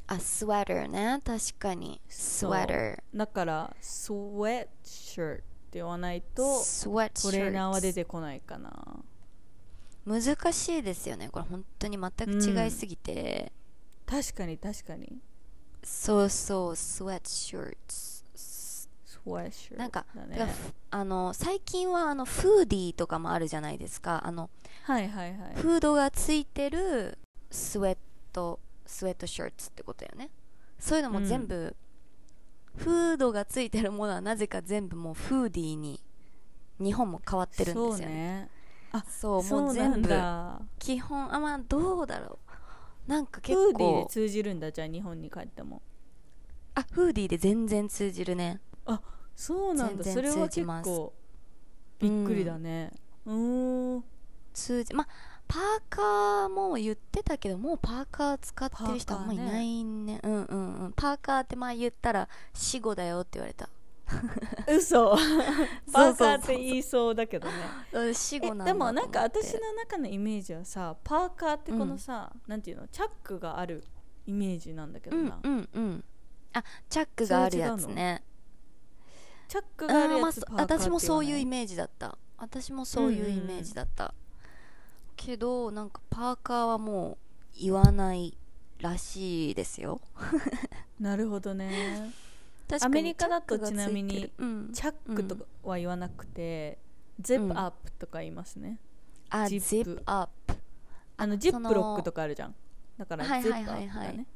[SPEAKER 1] あ、スウェッターね。確かに。スウェッター。
[SPEAKER 2] だからスウェッシャーって言わないと
[SPEAKER 1] スウェッ
[SPEAKER 2] トレーナーは出
[SPEAKER 1] ト
[SPEAKER 2] てこないかな
[SPEAKER 1] 難しいですよね。これ本当に全く違いすぎて。
[SPEAKER 2] 確かに確かに
[SPEAKER 1] そうそう、スウェッシャー。
[SPEAKER 2] スウェッシャー
[SPEAKER 1] なんか、
[SPEAKER 2] だ
[SPEAKER 1] てか
[SPEAKER 2] ね
[SPEAKER 1] あの最近はあのフーディーとかもあるじゃないですかあの
[SPEAKER 2] はいはいはい
[SPEAKER 1] フードがついてるスウェットスウェットシャツってことよねそういうのも全部、フードがついてるものはなぜか全部もうフーディーに日本も変わってるんですよねそう
[SPEAKER 2] そうね
[SPEAKER 1] もう
[SPEAKER 2] そうな
[SPEAKER 1] 全
[SPEAKER 2] ん
[SPEAKER 1] 部
[SPEAKER 2] だ
[SPEAKER 1] 基本あまあどうだろうなんか結
[SPEAKER 2] フーディーで
[SPEAKER 1] 構
[SPEAKER 2] 通じるんだじゃあ日本に帰っても
[SPEAKER 1] あフーディーで全然通じるね
[SPEAKER 2] そうなんだ
[SPEAKER 1] 全
[SPEAKER 2] それ
[SPEAKER 1] 然
[SPEAKER 2] は
[SPEAKER 1] 通じ
[SPEAKER 2] 結
[SPEAKER 1] ます
[SPEAKER 2] 構びっくりだねうーん
[SPEAKER 1] 通じまあパーカーも言ってたけどもうパーカー使ってる人あんまいないねうんうんうんパーカーってまあ言ったら死後だよって言われた
[SPEAKER 2] 嘘
[SPEAKER 1] そうそう
[SPEAKER 2] パー
[SPEAKER 1] そう
[SPEAKER 2] カーって言いそうだけどね
[SPEAKER 1] うん死後なんだ
[SPEAKER 2] えでもなんか
[SPEAKER 1] と思って
[SPEAKER 2] 私の中のイメージはさパーカーってこのさ、なんていうのチャックがあるイメージなんだけどな、
[SPEAKER 1] うんうんうんあチャックがあるやつ
[SPEAKER 2] それ違う
[SPEAKER 1] ね
[SPEAKER 2] チャック
[SPEAKER 1] あ
[SPEAKER 2] がある
[SPEAKER 1] ーま
[SPEAKER 2] や
[SPEAKER 1] あ
[SPEAKER 2] つ
[SPEAKER 1] そ
[SPEAKER 2] パーカーって言わない
[SPEAKER 1] 私もそういうイメージだった私もそういうイメージだった、けどなんかパーカーはもう言わないらしいですよ
[SPEAKER 2] なるほどね
[SPEAKER 1] 確
[SPEAKER 2] アメリカだと
[SPEAKER 1] チャックがついてる
[SPEAKER 2] ちなみに
[SPEAKER 1] うん、
[SPEAKER 2] チャックとかは言わなくて、ゼップアップとか言いますね
[SPEAKER 1] あ
[SPEAKER 2] ジ
[SPEAKER 1] ジ
[SPEAKER 2] ップ
[SPEAKER 1] ップアップ
[SPEAKER 2] あのジップロックとかあるじゃんだから
[SPEAKER 1] はい
[SPEAKER 2] ゼ
[SPEAKER 1] はい
[SPEAKER 2] ップア
[SPEAKER 1] はい
[SPEAKER 2] ップ
[SPEAKER 1] はい
[SPEAKER 2] だね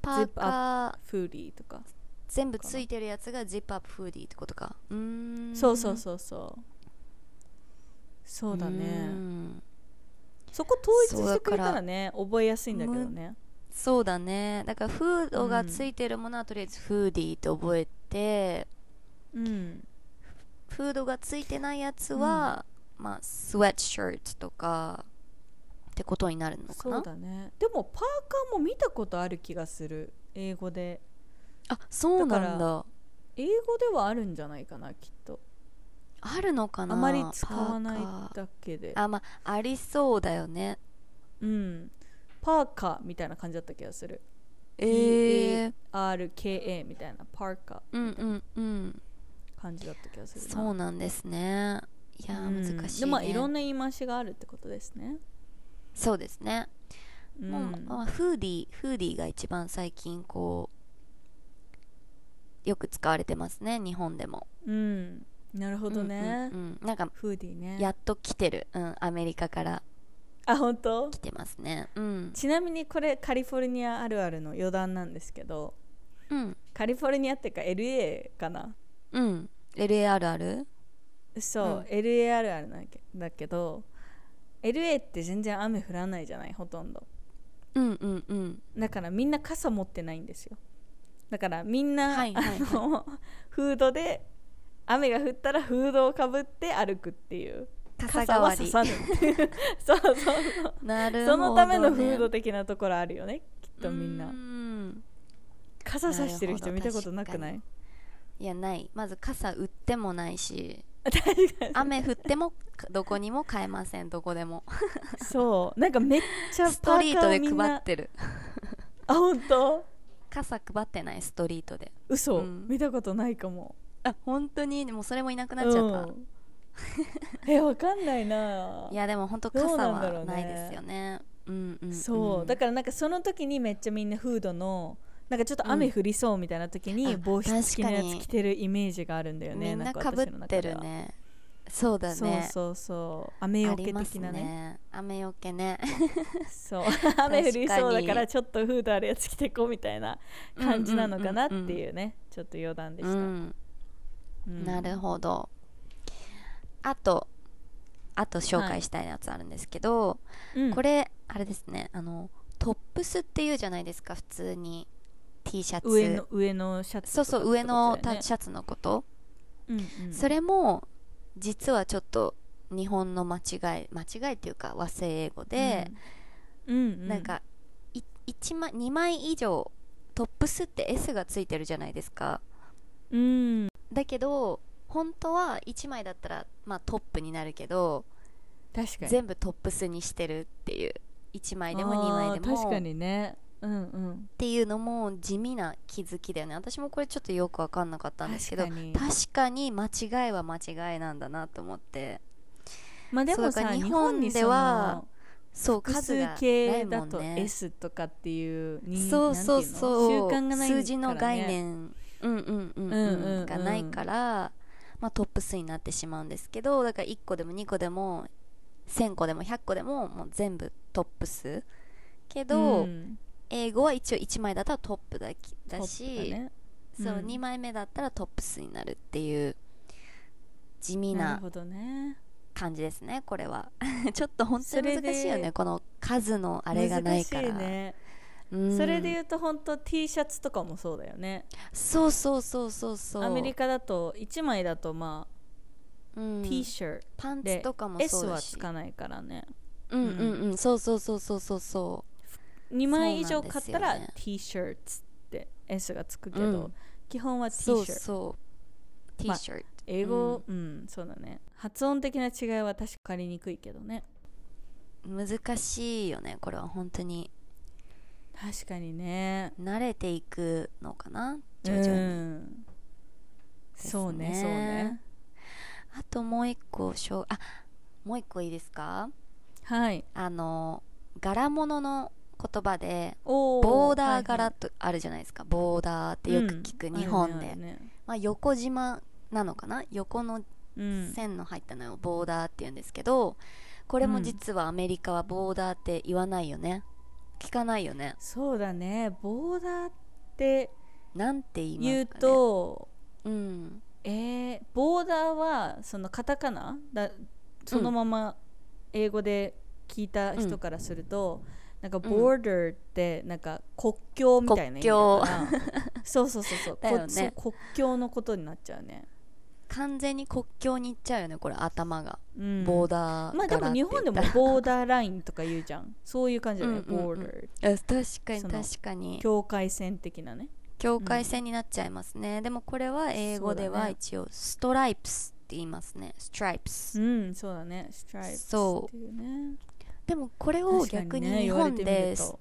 [SPEAKER 1] パーカー
[SPEAKER 2] フーリーとか
[SPEAKER 1] 全部ついてるやつがジップアップフーディーってことかうーん
[SPEAKER 2] そうそう
[SPEAKER 1] う
[SPEAKER 2] そうそうそうだ
[SPEAKER 1] ー
[SPEAKER 2] ね
[SPEAKER 1] ん
[SPEAKER 2] そこ統一してくれたらね覚えやすいんだけどね
[SPEAKER 1] そうだねだからフードがついてるものはとりあえずフーディーって覚えて、
[SPEAKER 2] うん
[SPEAKER 1] フードがついてないやつは、まあスウェットシャツとかってことになるのか
[SPEAKER 2] そう
[SPEAKER 1] な
[SPEAKER 2] だねでもパーカーも見たことある気がする英語で
[SPEAKER 1] あそうな
[SPEAKER 2] だ
[SPEAKER 1] んだ
[SPEAKER 2] か英語ではあるんじゃないかなきっと
[SPEAKER 1] あるのか
[SPEAKER 2] あ
[SPEAKER 1] な
[SPEAKER 2] まり使わない
[SPEAKER 1] パーカー
[SPEAKER 2] だけで
[SPEAKER 1] あまあありそうだよね
[SPEAKER 2] うんパーカーみたいな感じだった気がする
[SPEAKER 1] ええ
[SPEAKER 2] RKA みたいなパーカ
[SPEAKER 1] うんうんうん
[SPEAKER 2] ー感じだった気がするな
[SPEAKER 1] そうなんですねいやー、
[SPEAKER 2] うん
[SPEAKER 1] 難しい、ね、
[SPEAKER 2] でもまあいろんな言い回しがあるってことですね
[SPEAKER 1] そうですね、
[SPEAKER 2] う
[SPEAKER 1] もう、まあ、フーディーフーディーが一番最近こうよく使われてますね日本でも
[SPEAKER 2] うんなるほどね、
[SPEAKER 1] うんうんうんなんか
[SPEAKER 2] フーディーね
[SPEAKER 1] やっと来てる、うん、アメリカから
[SPEAKER 2] あ本当
[SPEAKER 1] 来てますねうん、
[SPEAKER 2] ちなみにこれカリフォルニアあるあるの余談なんですけど
[SPEAKER 1] うん
[SPEAKER 2] カリフォルニアっていうか LA かな
[SPEAKER 1] うん、LA あるある
[SPEAKER 2] そう、LA あるあるなんだけだけど LA って全然雨降らないじゃないほとんど
[SPEAKER 1] うんうんうん
[SPEAKER 2] だからみんな傘持ってないんですよだからみんな、
[SPEAKER 1] はいはいはい
[SPEAKER 2] あの フードで雨が降ったらフードをかぶって歩くっていう
[SPEAKER 1] 傘代
[SPEAKER 2] 傘は
[SPEAKER 1] わ
[SPEAKER 2] 刺
[SPEAKER 1] り
[SPEAKER 2] さぬっていう そうそうそう、
[SPEAKER 1] なるほど、ね、
[SPEAKER 2] そのためのフード的なところあるよねきっとみん
[SPEAKER 1] う
[SPEAKER 2] なん傘差してる人
[SPEAKER 1] なる
[SPEAKER 2] 見
[SPEAKER 1] ほど
[SPEAKER 2] たことなくない
[SPEAKER 1] いやないまず傘売ってもないし
[SPEAKER 2] 確かに
[SPEAKER 1] 雨降っても どこにも買えませんどこでも
[SPEAKER 2] そうなんかめっちゃ
[SPEAKER 1] ス
[SPEAKER 2] パ
[SPEAKER 1] ト
[SPEAKER 2] ー
[SPEAKER 1] リー
[SPEAKER 2] カ
[SPEAKER 1] ト
[SPEAKER 2] ーを
[SPEAKER 1] で
[SPEAKER 2] みん
[SPEAKER 1] 配
[SPEAKER 2] な
[SPEAKER 1] ってる
[SPEAKER 2] あ本当
[SPEAKER 1] 傘配ってないストリートで
[SPEAKER 2] 嘘、
[SPEAKER 1] うん
[SPEAKER 2] 見たことないかも
[SPEAKER 1] あ本当にでもそれもいなくなっちゃった、
[SPEAKER 2] うんえわかんないない
[SPEAKER 1] やでも本当
[SPEAKER 2] どう
[SPEAKER 1] 傘
[SPEAKER 2] なんだろう
[SPEAKER 1] は
[SPEAKER 2] ね
[SPEAKER 1] ないですよねうんうん、うん、
[SPEAKER 2] そうだからなんかその時にめっちゃみんなフードのなんかちょっと雨降りそうみたいな時に
[SPEAKER 1] うん
[SPEAKER 2] 帽子付きの
[SPEAKER 1] あ
[SPEAKER 2] や
[SPEAKER 1] 確か
[SPEAKER 2] つ
[SPEAKER 1] に
[SPEAKER 2] 着てるイメージがあるんだよね
[SPEAKER 1] みんな
[SPEAKER 2] か
[SPEAKER 1] かぶ
[SPEAKER 2] 私
[SPEAKER 1] っ
[SPEAKER 2] の中
[SPEAKER 1] て
[SPEAKER 2] で
[SPEAKER 1] る
[SPEAKER 2] は
[SPEAKER 1] ねそうだね
[SPEAKER 2] そうそうそう雨よ
[SPEAKER 1] あ
[SPEAKER 2] け
[SPEAKER 1] ります
[SPEAKER 2] 的なね
[SPEAKER 1] ね雨よけね
[SPEAKER 2] そう
[SPEAKER 1] に
[SPEAKER 2] 雨降りそうだからちょっとフードあるやつ着てこうみたいな感じなのかなって
[SPEAKER 1] うんうんうん
[SPEAKER 2] いうねちょっと余談でし
[SPEAKER 1] う
[SPEAKER 2] た、
[SPEAKER 1] ん、
[SPEAKER 2] うん
[SPEAKER 1] なるほどあとあと紹介したいやつあるんですけど、
[SPEAKER 2] うん
[SPEAKER 1] これあれですねあのトップスっていうじゃないですか普通に T シャツ
[SPEAKER 2] 上の上のシャツ
[SPEAKER 1] そうそう上の
[SPEAKER 2] タ
[SPEAKER 1] タシャツのこと
[SPEAKER 2] うんうん、
[SPEAKER 1] それも実はちょっと日本の間違い間違いっていうか和製英語で、
[SPEAKER 2] うん、うんうん
[SPEAKER 1] なんかい一枚2枚以上トップスって S がついてるじゃないですか
[SPEAKER 2] うん
[SPEAKER 1] だけど本当は1枚だったら、まあ、トップになるけど
[SPEAKER 2] 確かに
[SPEAKER 1] 全部トップスにしてるっていう1枚でも2枚で
[SPEAKER 2] あー確か
[SPEAKER 1] も
[SPEAKER 2] にね、うんうん
[SPEAKER 1] っていうのも地味な気づきだよね私もこれちょっとよく分かんなかったんですけど
[SPEAKER 2] 確かに
[SPEAKER 1] 確かに間違いは間違いなんだなと思って
[SPEAKER 2] まあでも
[SPEAKER 1] そう
[SPEAKER 2] さ
[SPEAKER 1] か
[SPEAKER 2] 日
[SPEAKER 1] 日
[SPEAKER 2] 本
[SPEAKER 1] 本
[SPEAKER 2] に
[SPEAKER 1] で
[SPEAKER 2] そ
[SPEAKER 1] は
[SPEAKER 2] の
[SPEAKER 1] そう
[SPEAKER 2] 複
[SPEAKER 1] 数
[SPEAKER 2] 数
[SPEAKER 1] がな
[SPEAKER 2] 形
[SPEAKER 1] いも
[SPEAKER 2] だ
[SPEAKER 1] ん
[SPEAKER 2] と
[SPEAKER 1] ね
[SPEAKER 2] S とかっていうに
[SPEAKER 1] そうそうそう
[SPEAKER 2] なんていうの習慣がないからね
[SPEAKER 1] 数字の概念うんうんうん
[SPEAKER 2] うん
[SPEAKER 1] うん、
[SPEAKER 2] うんうん
[SPEAKER 1] がないから、まあ、トップスになってしまうんですけどだから1個でも2個でも1000個でも100個でももう全部トップスけど、
[SPEAKER 2] うん
[SPEAKER 1] 英語は一応1枚だったらトップだきだ
[SPEAKER 2] トップ
[SPEAKER 1] し
[SPEAKER 2] だね
[SPEAKER 1] そう、
[SPEAKER 2] うん
[SPEAKER 1] 2枚目だったらトップスになるっていう地味
[SPEAKER 2] な
[SPEAKER 1] な
[SPEAKER 2] るほどね
[SPEAKER 1] 感じですねこれは ちょっと本当に
[SPEAKER 2] それ
[SPEAKER 1] 難しいよ
[SPEAKER 2] で
[SPEAKER 1] ねこの数のあれがないから
[SPEAKER 2] 難しいね
[SPEAKER 1] うん
[SPEAKER 2] それで言うと本当 T シャツとかもそうだよね
[SPEAKER 1] そうそうそうそうそう
[SPEAKER 2] アメリカだと1枚だとまあ
[SPEAKER 1] うん
[SPEAKER 2] T シャツ
[SPEAKER 1] パンツ
[SPEAKER 2] で
[SPEAKER 1] とかも
[SPEAKER 2] S
[SPEAKER 1] そうだ
[SPEAKER 2] は
[SPEAKER 1] し
[SPEAKER 2] つかないからね
[SPEAKER 1] うんうんうんそうそうそうそうそうそ
[SPEAKER 2] 2枚以上買ったら
[SPEAKER 1] そうなんですよね
[SPEAKER 2] T シャツって S がつくけ
[SPEAKER 1] う
[SPEAKER 2] ど
[SPEAKER 1] ん
[SPEAKER 2] 基本は
[SPEAKER 1] う
[SPEAKER 2] T シ
[SPEAKER 1] そう
[SPEAKER 2] ャツ
[SPEAKER 1] そう
[SPEAKER 2] ま
[SPEAKER 1] T
[SPEAKER 2] あ
[SPEAKER 1] シャツ
[SPEAKER 2] 英語うん、そうだね発音的な違いは確かにくいけどね
[SPEAKER 1] 難しいよねこれは本当に
[SPEAKER 2] 確かにね
[SPEAKER 1] 慣れていくのかな徐
[SPEAKER 2] う
[SPEAKER 1] 々に
[SPEAKER 2] んそうね
[SPEAKER 1] です
[SPEAKER 2] そう
[SPEAKER 1] ね
[SPEAKER 2] ね
[SPEAKER 1] あともう一個しょうあもう一個いいですか
[SPEAKER 2] はい
[SPEAKER 1] あの柄物の言葉で
[SPEAKER 2] お
[SPEAKER 1] ボーダー柄
[SPEAKER 2] っ
[SPEAKER 1] とあるじゃないですか、ボーダーってよく聞く、日本で、まあ、横縞なのかな横の
[SPEAKER 2] うん
[SPEAKER 1] 線の入ったのをボーダーって言うんですけどこれも実はアメリカはボーダーって言わないよね聞かないよね
[SPEAKER 2] そうだねボーダーって
[SPEAKER 1] なんて言いますか、ね、
[SPEAKER 2] 言うと
[SPEAKER 1] うん
[SPEAKER 2] えーボーダーはそのカタカナだそのまま英語で聞いた人からすると、なんか
[SPEAKER 1] うん
[SPEAKER 2] ボーダーってなんか国境みたいな意味だからそうそうそうそう
[SPEAKER 1] だよね
[SPEAKER 2] こそう国境のことになっちゃうね、
[SPEAKER 1] 完全に国境に行っちゃうよねこれ頭が、
[SPEAKER 2] うん
[SPEAKER 1] ボーダー
[SPEAKER 2] まあで
[SPEAKER 1] 柄
[SPEAKER 2] も
[SPEAKER 1] って
[SPEAKER 2] 日
[SPEAKER 1] 言った
[SPEAKER 2] 本
[SPEAKER 1] ら
[SPEAKER 2] でもボーダーラインとか言うじゃんそういう感じだよね、
[SPEAKER 1] うんうんうん
[SPEAKER 2] ボーダー
[SPEAKER 1] あ 確かに
[SPEAKER 2] その
[SPEAKER 1] 確かに
[SPEAKER 2] 境界線的なね
[SPEAKER 1] 境界線になっちゃいますね、でもこれは英語で
[SPEAKER 2] そうだ
[SPEAKER 1] は
[SPEAKER 2] ね
[SPEAKER 1] 一応ストライプスって言いますねストライプス、
[SPEAKER 2] うんそうだねストライプ
[SPEAKER 1] そう
[SPEAKER 2] っていうね
[SPEAKER 1] でもこれを
[SPEAKER 2] 確か
[SPEAKER 1] 逆に
[SPEAKER 2] ね
[SPEAKER 1] 日
[SPEAKER 2] 言われ
[SPEAKER 1] 本
[SPEAKER 2] てみ
[SPEAKER 1] で
[SPEAKER 2] る
[SPEAKER 1] す、
[SPEAKER 2] と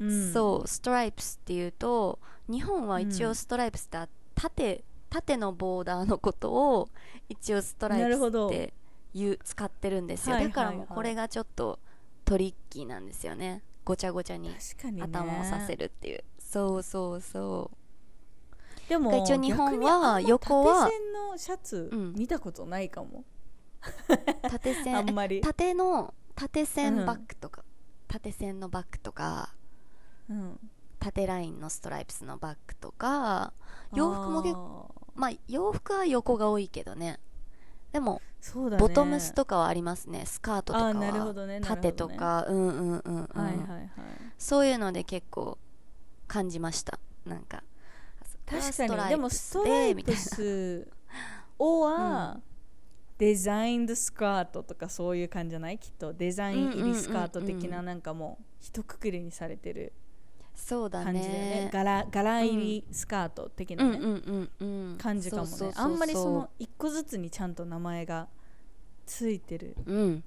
[SPEAKER 2] うん
[SPEAKER 1] そうストライプスっていうと日本は一
[SPEAKER 2] う
[SPEAKER 1] 応
[SPEAKER 2] ん
[SPEAKER 1] ストライプスって縦縦のボーダーのことを一応ストライ
[SPEAKER 2] な
[SPEAKER 1] プ
[SPEAKER 2] る
[SPEAKER 1] ス
[SPEAKER 2] ほ
[SPEAKER 1] っ
[SPEAKER 2] ど
[SPEAKER 1] ていう使ってるんですよ
[SPEAKER 2] はい
[SPEAKER 1] だから
[SPEAKER 2] はい
[SPEAKER 1] もう
[SPEAKER 2] はい
[SPEAKER 1] これがちょっとトリッキーなんですよねごちゃごちゃに
[SPEAKER 2] 確かに、ね、
[SPEAKER 1] 頭をさせるっていう、そうそうそ
[SPEAKER 2] でも
[SPEAKER 1] 一応日本は
[SPEAKER 2] 逆にあんま
[SPEAKER 1] 横は
[SPEAKER 2] 縦線のシャツ
[SPEAKER 1] うん
[SPEAKER 2] 見たことないかも、
[SPEAKER 1] う縦線
[SPEAKER 2] あんまり、
[SPEAKER 1] 縦の縦
[SPEAKER 2] う
[SPEAKER 1] 線
[SPEAKER 2] ん
[SPEAKER 1] バックとか、縦線のバックとか
[SPEAKER 2] うん、
[SPEAKER 1] 縦ラインのストライプスのバックとか洋服も結構まあ洋服は横が多いけどねでも
[SPEAKER 2] あーそうだ、ね、
[SPEAKER 1] ボトムスとかはありますねスカートとか
[SPEAKER 2] あーなるほ
[SPEAKER 1] は
[SPEAKER 2] どねなるほどね
[SPEAKER 1] 縦とかうんうんうんうん
[SPEAKER 2] はいはいはい
[SPEAKER 1] そういうので結構感じましたなんか
[SPEAKER 2] 確かにでもストライ
[SPEAKER 1] みた
[SPEAKER 2] プ
[SPEAKER 1] い
[SPEAKER 2] ス or、デザインドスカートとかそういう感じじゃないきっとデザイン入りスカート的
[SPEAKER 1] うんうんうんう
[SPEAKER 2] なんなんかもう一括りにされてる
[SPEAKER 1] なそうだ
[SPEAKER 2] 感じだよね
[SPEAKER 1] ね
[SPEAKER 2] 柄柄入りスカート的
[SPEAKER 1] う
[SPEAKER 2] なんね、
[SPEAKER 1] うんうんうん
[SPEAKER 2] 感じかもね
[SPEAKER 1] そうそうそうそう
[SPEAKER 2] あんまりその一個ずつにちゃんと名前がついてるっ
[SPEAKER 1] うん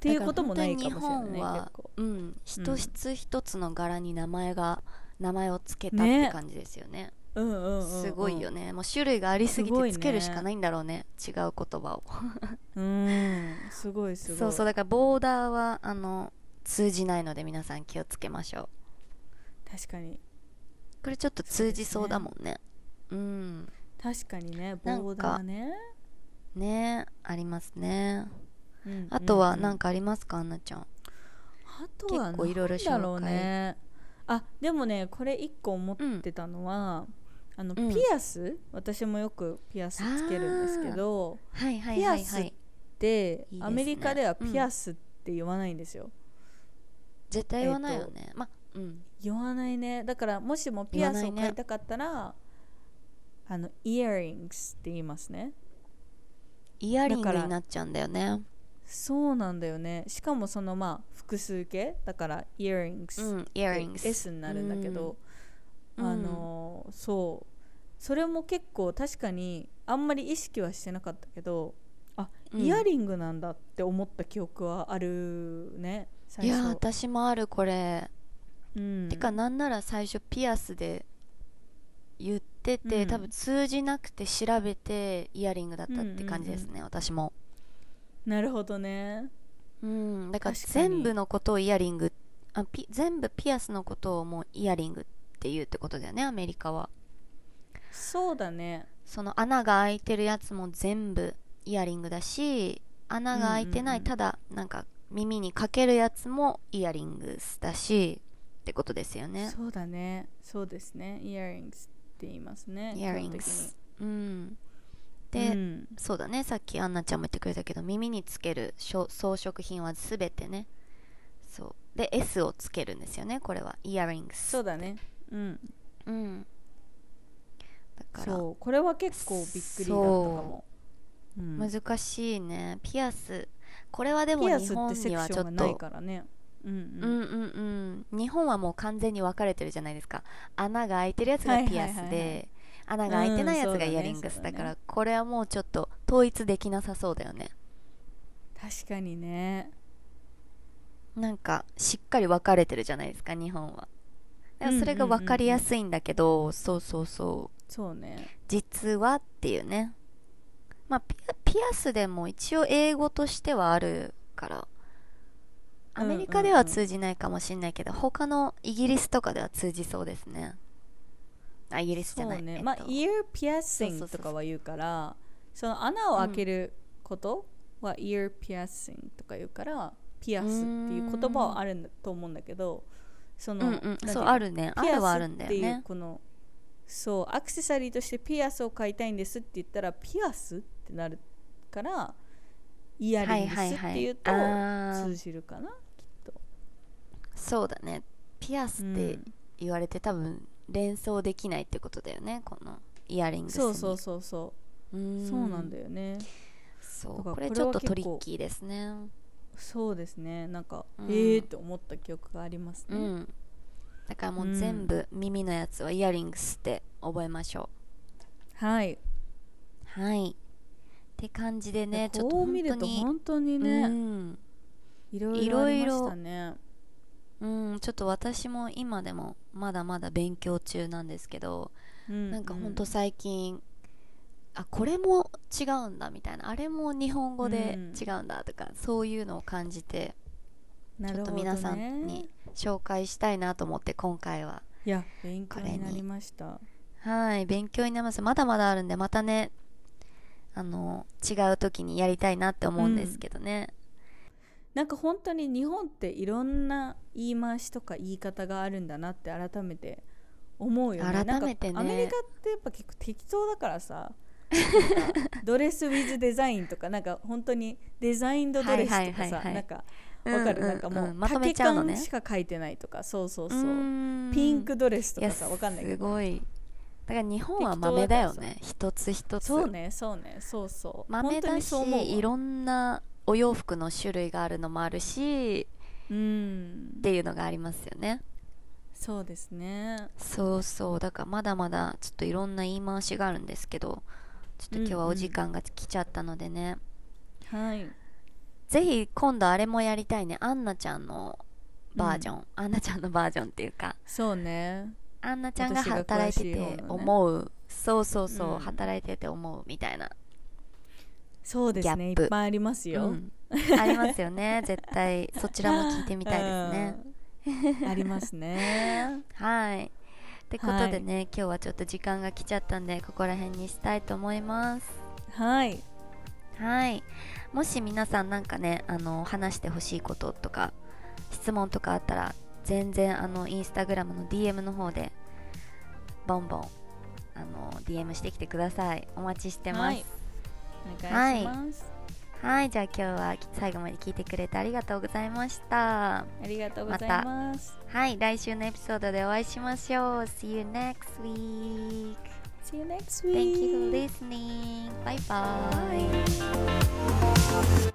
[SPEAKER 2] ていうこともないかもしれな
[SPEAKER 1] だか
[SPEAKER 2] いね
[SPEAKER 1] ら本当に日本
[SPEAKER 2] 結
[SPEAKER 1] は
[SPEAKER 2] 構
[SPEAKER 1] うん一つ一つの柄に名前が名前を付けたって
[SPEAKER 2] ね
[SPEAKER 1] 感じですよね
[SPEAKER 2] うんうんうんうん
[SPEAKER 1] すごいよねもう種類がありすぎ
[SPEAKER 2] すごい
[SPEAKER 1] て
[SPEAKER 2] ね
[SPEAKER 1] つけるしかないんだろうね違う言葉を
[SPEAKER 2] うんすごいすごい
[SPEAKER 1] そうそうだからボーダーはあの通じないので皆さん気をつけましょう
[SPEAKER 2] 確かに
[SPEAKER 1] これちょっと通じそうだもんねうん
[SPEAKER 2] 確かにねボ
[SPEAKER 1] なんか
[SPEAKER 2] ーダーね
[SPEAKER 1] ねありますね
[SPEAKER 2] うんうん
[SPEAKER 1] あとは何かありますかアンナちゃん
[SPEAKER 2] あとは
[SPEAKER 1] 結構いろいろ
[SPEAKER 2] なんだろ
[SPEAKER 1] 紹
[SPEAKER 2] う
[SPEAKER 1] 介
[SPEAKER 2] ねあでもねこれ一個思ってたのは、あの
[SPEAKER 1] うん
[SPEAKER 2] ピアス、私もよくピアスつけるんですけど
[SPEAKER 1] はいはいはい
[SPEAKER 2] ピアス
[SPEAKER 1] は
[SPEAKER 2] っ
[SPEAKER 1] い
[SPEAKER 2] で
[SPEAKER 1] いいですね
[SPEAKER 2] アメリカではピアスって言わないんですよ、
[SPEAKER 1] 絶対言わないよね、まあうん
[SPEAKER 2] 言わないねだからもしもピアス
[SPEAKER 1] 言わない
[SPEAKER 2] を
[SPEAKER 1] ね
[SPEAKER 2] 買いたかったら、あのイヤリングスって言いますね
[SPEAKER 1] イヤリング
[SPEAKER 2] だから
[SPEAKER 1] になっちゃうんだよね
[SPEAKER 2] そうなんだよねしかもそのまあ複数形だからイヤリングス
[SPEAKER 1] うんイヤリング
[SPEAKER 2] S になるんだけど、
[SPEAKER 1] うん
[SPEAKER 2] あのーそうそれも結構確かにあんまり意識はしてなかったけどあ、
[SPEAKER 1] うん
[SPEAKER 2] イヤリングなんだって思った記憶はあるね最
[SPEAKER 1] いや
[SPEAKER 2] 初
[SPEAKER 1] 私もあるこれ
[SPEAKER 2] うん
[SPEAKER 1] てかなんなら最初ピアスで言ってて、
[SPEAKER 2] うん
[SPEAKER 1] 多分通じなくて調べてイヤリングだったって感じですね、
[SPEAKER 2] うん
[SPEAKER 1] 私も、
[SPEAKER 2] なるほどね
[SPEAKER 1] うん、だから
[SPEAKER 2] 確かに
[SPEAKER 1] 全部のことをイヤリングあピ全部ピアスのことをもうイヤリングっていうってことだよねアメリカは
[SPEAKER 2] そうだね
[SPEAKER 1] その穴が開いてるやつも全部イヤリングだし穴が開いてない、
[SPEAKER 2] うんうん
[SPEAKER 1] た
[SPEAKER 2] う
[SPEAKER 1] だなんか耳にかけるやつもイヤリングだしってことですよね
[SPEAKER 2] そうだねそうですねイヤリングスって言いますね
[SPEAKER 1] イヤリングうんで、
[SPEAKER 2] うん
[SPEAKER 1] そうだねさっきアンナちゃんも言ってくれたけど耳につけるしょ装飾品は全てねそうで S をつけるんですよねこれはイヤリング
[SPEAKER 2] そうだねうん
[SPEAKER 1] うんだから
[SPEAKER 2] そうこれは結構びっくりだったかも、うん
[SPEAKER 1] 難しいねピアスこれはでも
[SPEAKER 2] ピア
[SPEAKER 1] 日
[SPEAKER 2] スって
[SPEAKER 1] 本
[SPEAKER 2] セ
[SPEAKER 1] に
[SPEAKER 2] ク
[SPEAKER 1] は
[SPEAKER 2] シ
[SPEAKER 1] ち
[SPEAKER 2] ョ
[SPEAKER 1] ょ
[SPEAKER 2] ンが
[SPEAKER 1] っ
[SPEAKER 2] ない
[SPEAKER 1] と
[SPEAKER 2] からねうん
[SPEAKER 1] う
[SPEAKER 2] うんん、
[SPEAKER 1] うんうん日本はもう完全に分かれてるじゃないですか穴が開いてるやつがピアスで、
[SPEAKER 2] はいはいはいはい
[SPEAKER 1] 穴が開いてないやつ
[SPEAKER 2] うんそう
[SPEAKER 1] が
[SPEAKER 2] だね
[SPEAKER 1] イヤリングス
[SPEAKER 2] そうだ
[SPEAKER 1] だ
[SPEAKER 2] ね
[SPEAKER 1] から、これはもうちょっと統一できなさそうだよね
[SPEAKER 2] 確かにね
[SPEAKER 1] なんかしっかり分かれてるじゃないですか日本はだからそれが
[SPEAKER 2] うんうんうんうん
[SPEAKER 1] 分かりやすいんだけど、そうそうそう
[SPEAKER 2] そうね
[SPEAKER 1] 実はっていうねまあピアピアスでも一応英語としてはあるからアメリカでは通じないかもしれないけど、他のイギリスとかでは通じそうですねあイギリスじゃない
[SPEAKER 2] そうね、
[SPEAKER 1] えっと
[SPEAKER 2] まあイヤーピアッシン
[SPEAKER 1] そ
[SPEAKER 2] グ
[SPEAKER 1] うそうそうそう
[SPEAKER 2] とかは言うからその穴を開けることはイヤーピアッシングとか言うからピアスっていう言葉はあるんだと思うんだけどその、
[SPEAKER 1] うん
[SPEAKER 2] なん
[SPEAKER 1] う
[SPEAKER 2] て
[SPEAKER 1] ん
[SPEAKER 2] い
[SPEAKER 1] そう
[SPEAKER 2] の
[SPEAKER 1] あるねあ
[SPEAKER 2] ピア
[SPEAKER 1] るはあ
[SPEAKER 2] ス
[SPEAKER 1] る
[SPEAKER 2] っ
[SPEAKER 1] んだよ
[SPEAKER 2] ていう
[SPEAKER 1] ね
[SPEAKER 2] このそうアクセサリーとしてピアスを買いたいんですって言ったらピアスってなるからイヤリングスっていうと
[SPEAKER 1] はいはいはいあー
[SPEAKER 2] 通じるかなきっと
[SPEAKER 1] そうだねピアスって
[SPEAKER 2] うん
[SPEAKER 1] 言われて多分連想できないってことだよねこのイヤリングスに
[SPEAKER 2] そうそうそうそうう
[SPEAKER 1] ーん
[SPEAKER 2] そうなんだよね
[SPEAKER 1] そ
[SPEAKER 2] だ
[SPEAKER 1] う
[SPEAKER 2] から
[SPEAKER 1] これ
[SPEAKER 2] こ
[SPEAKER 1] ち
[SPEAKER 2] れ
[SPEAKER 1] ょ
[SPEAKER 2] は
[SPEAKER 1] っと
[SPEAKER 2] 結
[SPEAKER 1] ト
[SPEAKER 2] 構
[SPEAKER 1] リッキーですね
[SPEAKER 2] そうですねなんか、
[SPEAKER 1] うん
[SPEAKER 2] ええーって思った記憶があります
[SPEAKER 1] う
[SPEAKER 2] ね、
[SPEAKER 1] んだからもう全部耳のやつはイヤリングスって覚えましょ
[SPEAKER 2] はい、
[SPEAKER 1] うはいって感じでねちょっと
[SPEAKER 2] こう
[SPEAKER 1] 本
[SPEAKER 2] 見
[SPEAKER 1] 当
[SPEAKER 2] ると
[SPEAKER 1] に
[SPEAKER 2] 本当に
[SPEAKER 1] う
[SPEAKER 2] ね、
[SPEAKER 1] ん
[SPEAKER 2] いろいろありましたね
[SPEAKER 1] うん、ちょっと私も今でもまだまだ勉強中なんですけど、なんかほんと最近あこれも違うんだみたいなあれも日本語で違うんだとか、そういうのを感じてちょっと皆さんに紹介したいなと思って今回はい
[SPEAKER 2] や勉強
[SPEAKER 1] これに
[SPEAKER 2] になりました
[SPEAKER 1] はい勉強になりますまだまだあるんでまたねあの違う時にやりたいなって思うんですけどね、
[SPEAKER 2] なんか本当に日本っていろんな言い回しとか言い方があるんだなって改めて思うよね
[SPEAKER 1] 改めてね
[SPEAKER 2] なんかアメリカってやっぱ結構適当だか らさなんかドレス・ウィズ・デザインとかなんか本当にデザインドドレスとか
[SPEAKER 1] はいはいはいは
[SPEAKER 2] さ
[SPEAKER 1] い
[SPEAKER 2] なんか
[SPEAKER 1] うんうん
[SPEAKER 2] わかるなんか
[SPEAKER 1] う
[SPEAKER 2] もうん
[SPEAKER 1] まと
[SPEAKER 2] 丈
[SPEAKER 1] めちゃうのね
[SPEAKER 2] 感しか書いてないとかそうそう
[SPEAKER 1] う
[SPEAKER 2] そうんピンクドレスと
[SPEAKER 1] いや
[SPEAKER 2] かさわかんないけ
[SPEAKER 1] す
[SPEAKER 2] ど
[SPEAKER 1] ごいだから日本は豆だよね一つ一つ
[SPEAKER 2] そうねそうねそうそう
[SPEAKER 1] 豆
[SPEAKER 2] 本当
[SPEAKER 1] だ
[SPEAKER 2] に
[SPEAKER 1] し
[SPEAKER 2] そう思うわ
[SPEAKER 1] いろんなお洋服の種類があるのもあるし
[SPEAKER 2] うん
[SPEAKER 1] っていうのがありますよね
[SPEAKER 2] そうですね
[SPEAKER 1] そうそうだからまだまだちょっといろんな言い回しがあるんですけどちょっと今日はお時間が来ちゃったのでね、
[SPEAKER 2] はい
[SPEAKER 1] ぜひ今度あれもやりたいねアンナちゃんのバージョン、アンナちゃんのバージョンっていうか
[SPEAKER 2] そうね
[SPEAKER 1] アンナちゃんが
[SPEAKER 2] 私が
[SPEAKER 1] 働いて
[SPEAKER 2] 詳しい方
[SPEAKER 1] て
[SPEAKER 2] のね
[SPEAKER 1] 思う、そうそうそう、
[SPEAKER 2] うん
[SPEAKER 1] 働いてて思うみたいな
[SPEAKER 2] そうですね
[SPEAKER 1] ギャ
[SPEAKER 2] い
[SPEAKER 1] ップ
[SPEAKER 2] っぱいありますよ、
[SPEAKER 1] うんありますよ ね絶対そちらも聞いてみたいですね、
[SPEAKER 2] うん。 ありますね。
[SPEAKER 1] はいってことでね、今日はちょっと時間が来ちゃったんでここら辺にしたいと思います
[SPEAKER 2] はい。
[SPEAKER 1] はいもし皆さんなんかねあの話してほしいこととか質問とかあったら全然あのインスタグラムの DM の方でボンボンあの DM してきてくださいお待ちしてます、
[SPEAKER 2] はいお願いします、
[SPEAKER 1] はい、じゃあ今日は最後まで聞いてくれてありがとうございました。
[SPEAKER 2] ありがとうございます。
[SPEAKER 1] はい、来週のエピソードでお会いしましょう。See you next week.
[SPEAKER 2] See you next week.
[SPEAKER 1] Thank you for listening. Bye bye.
[SPEAKER 2] Bye.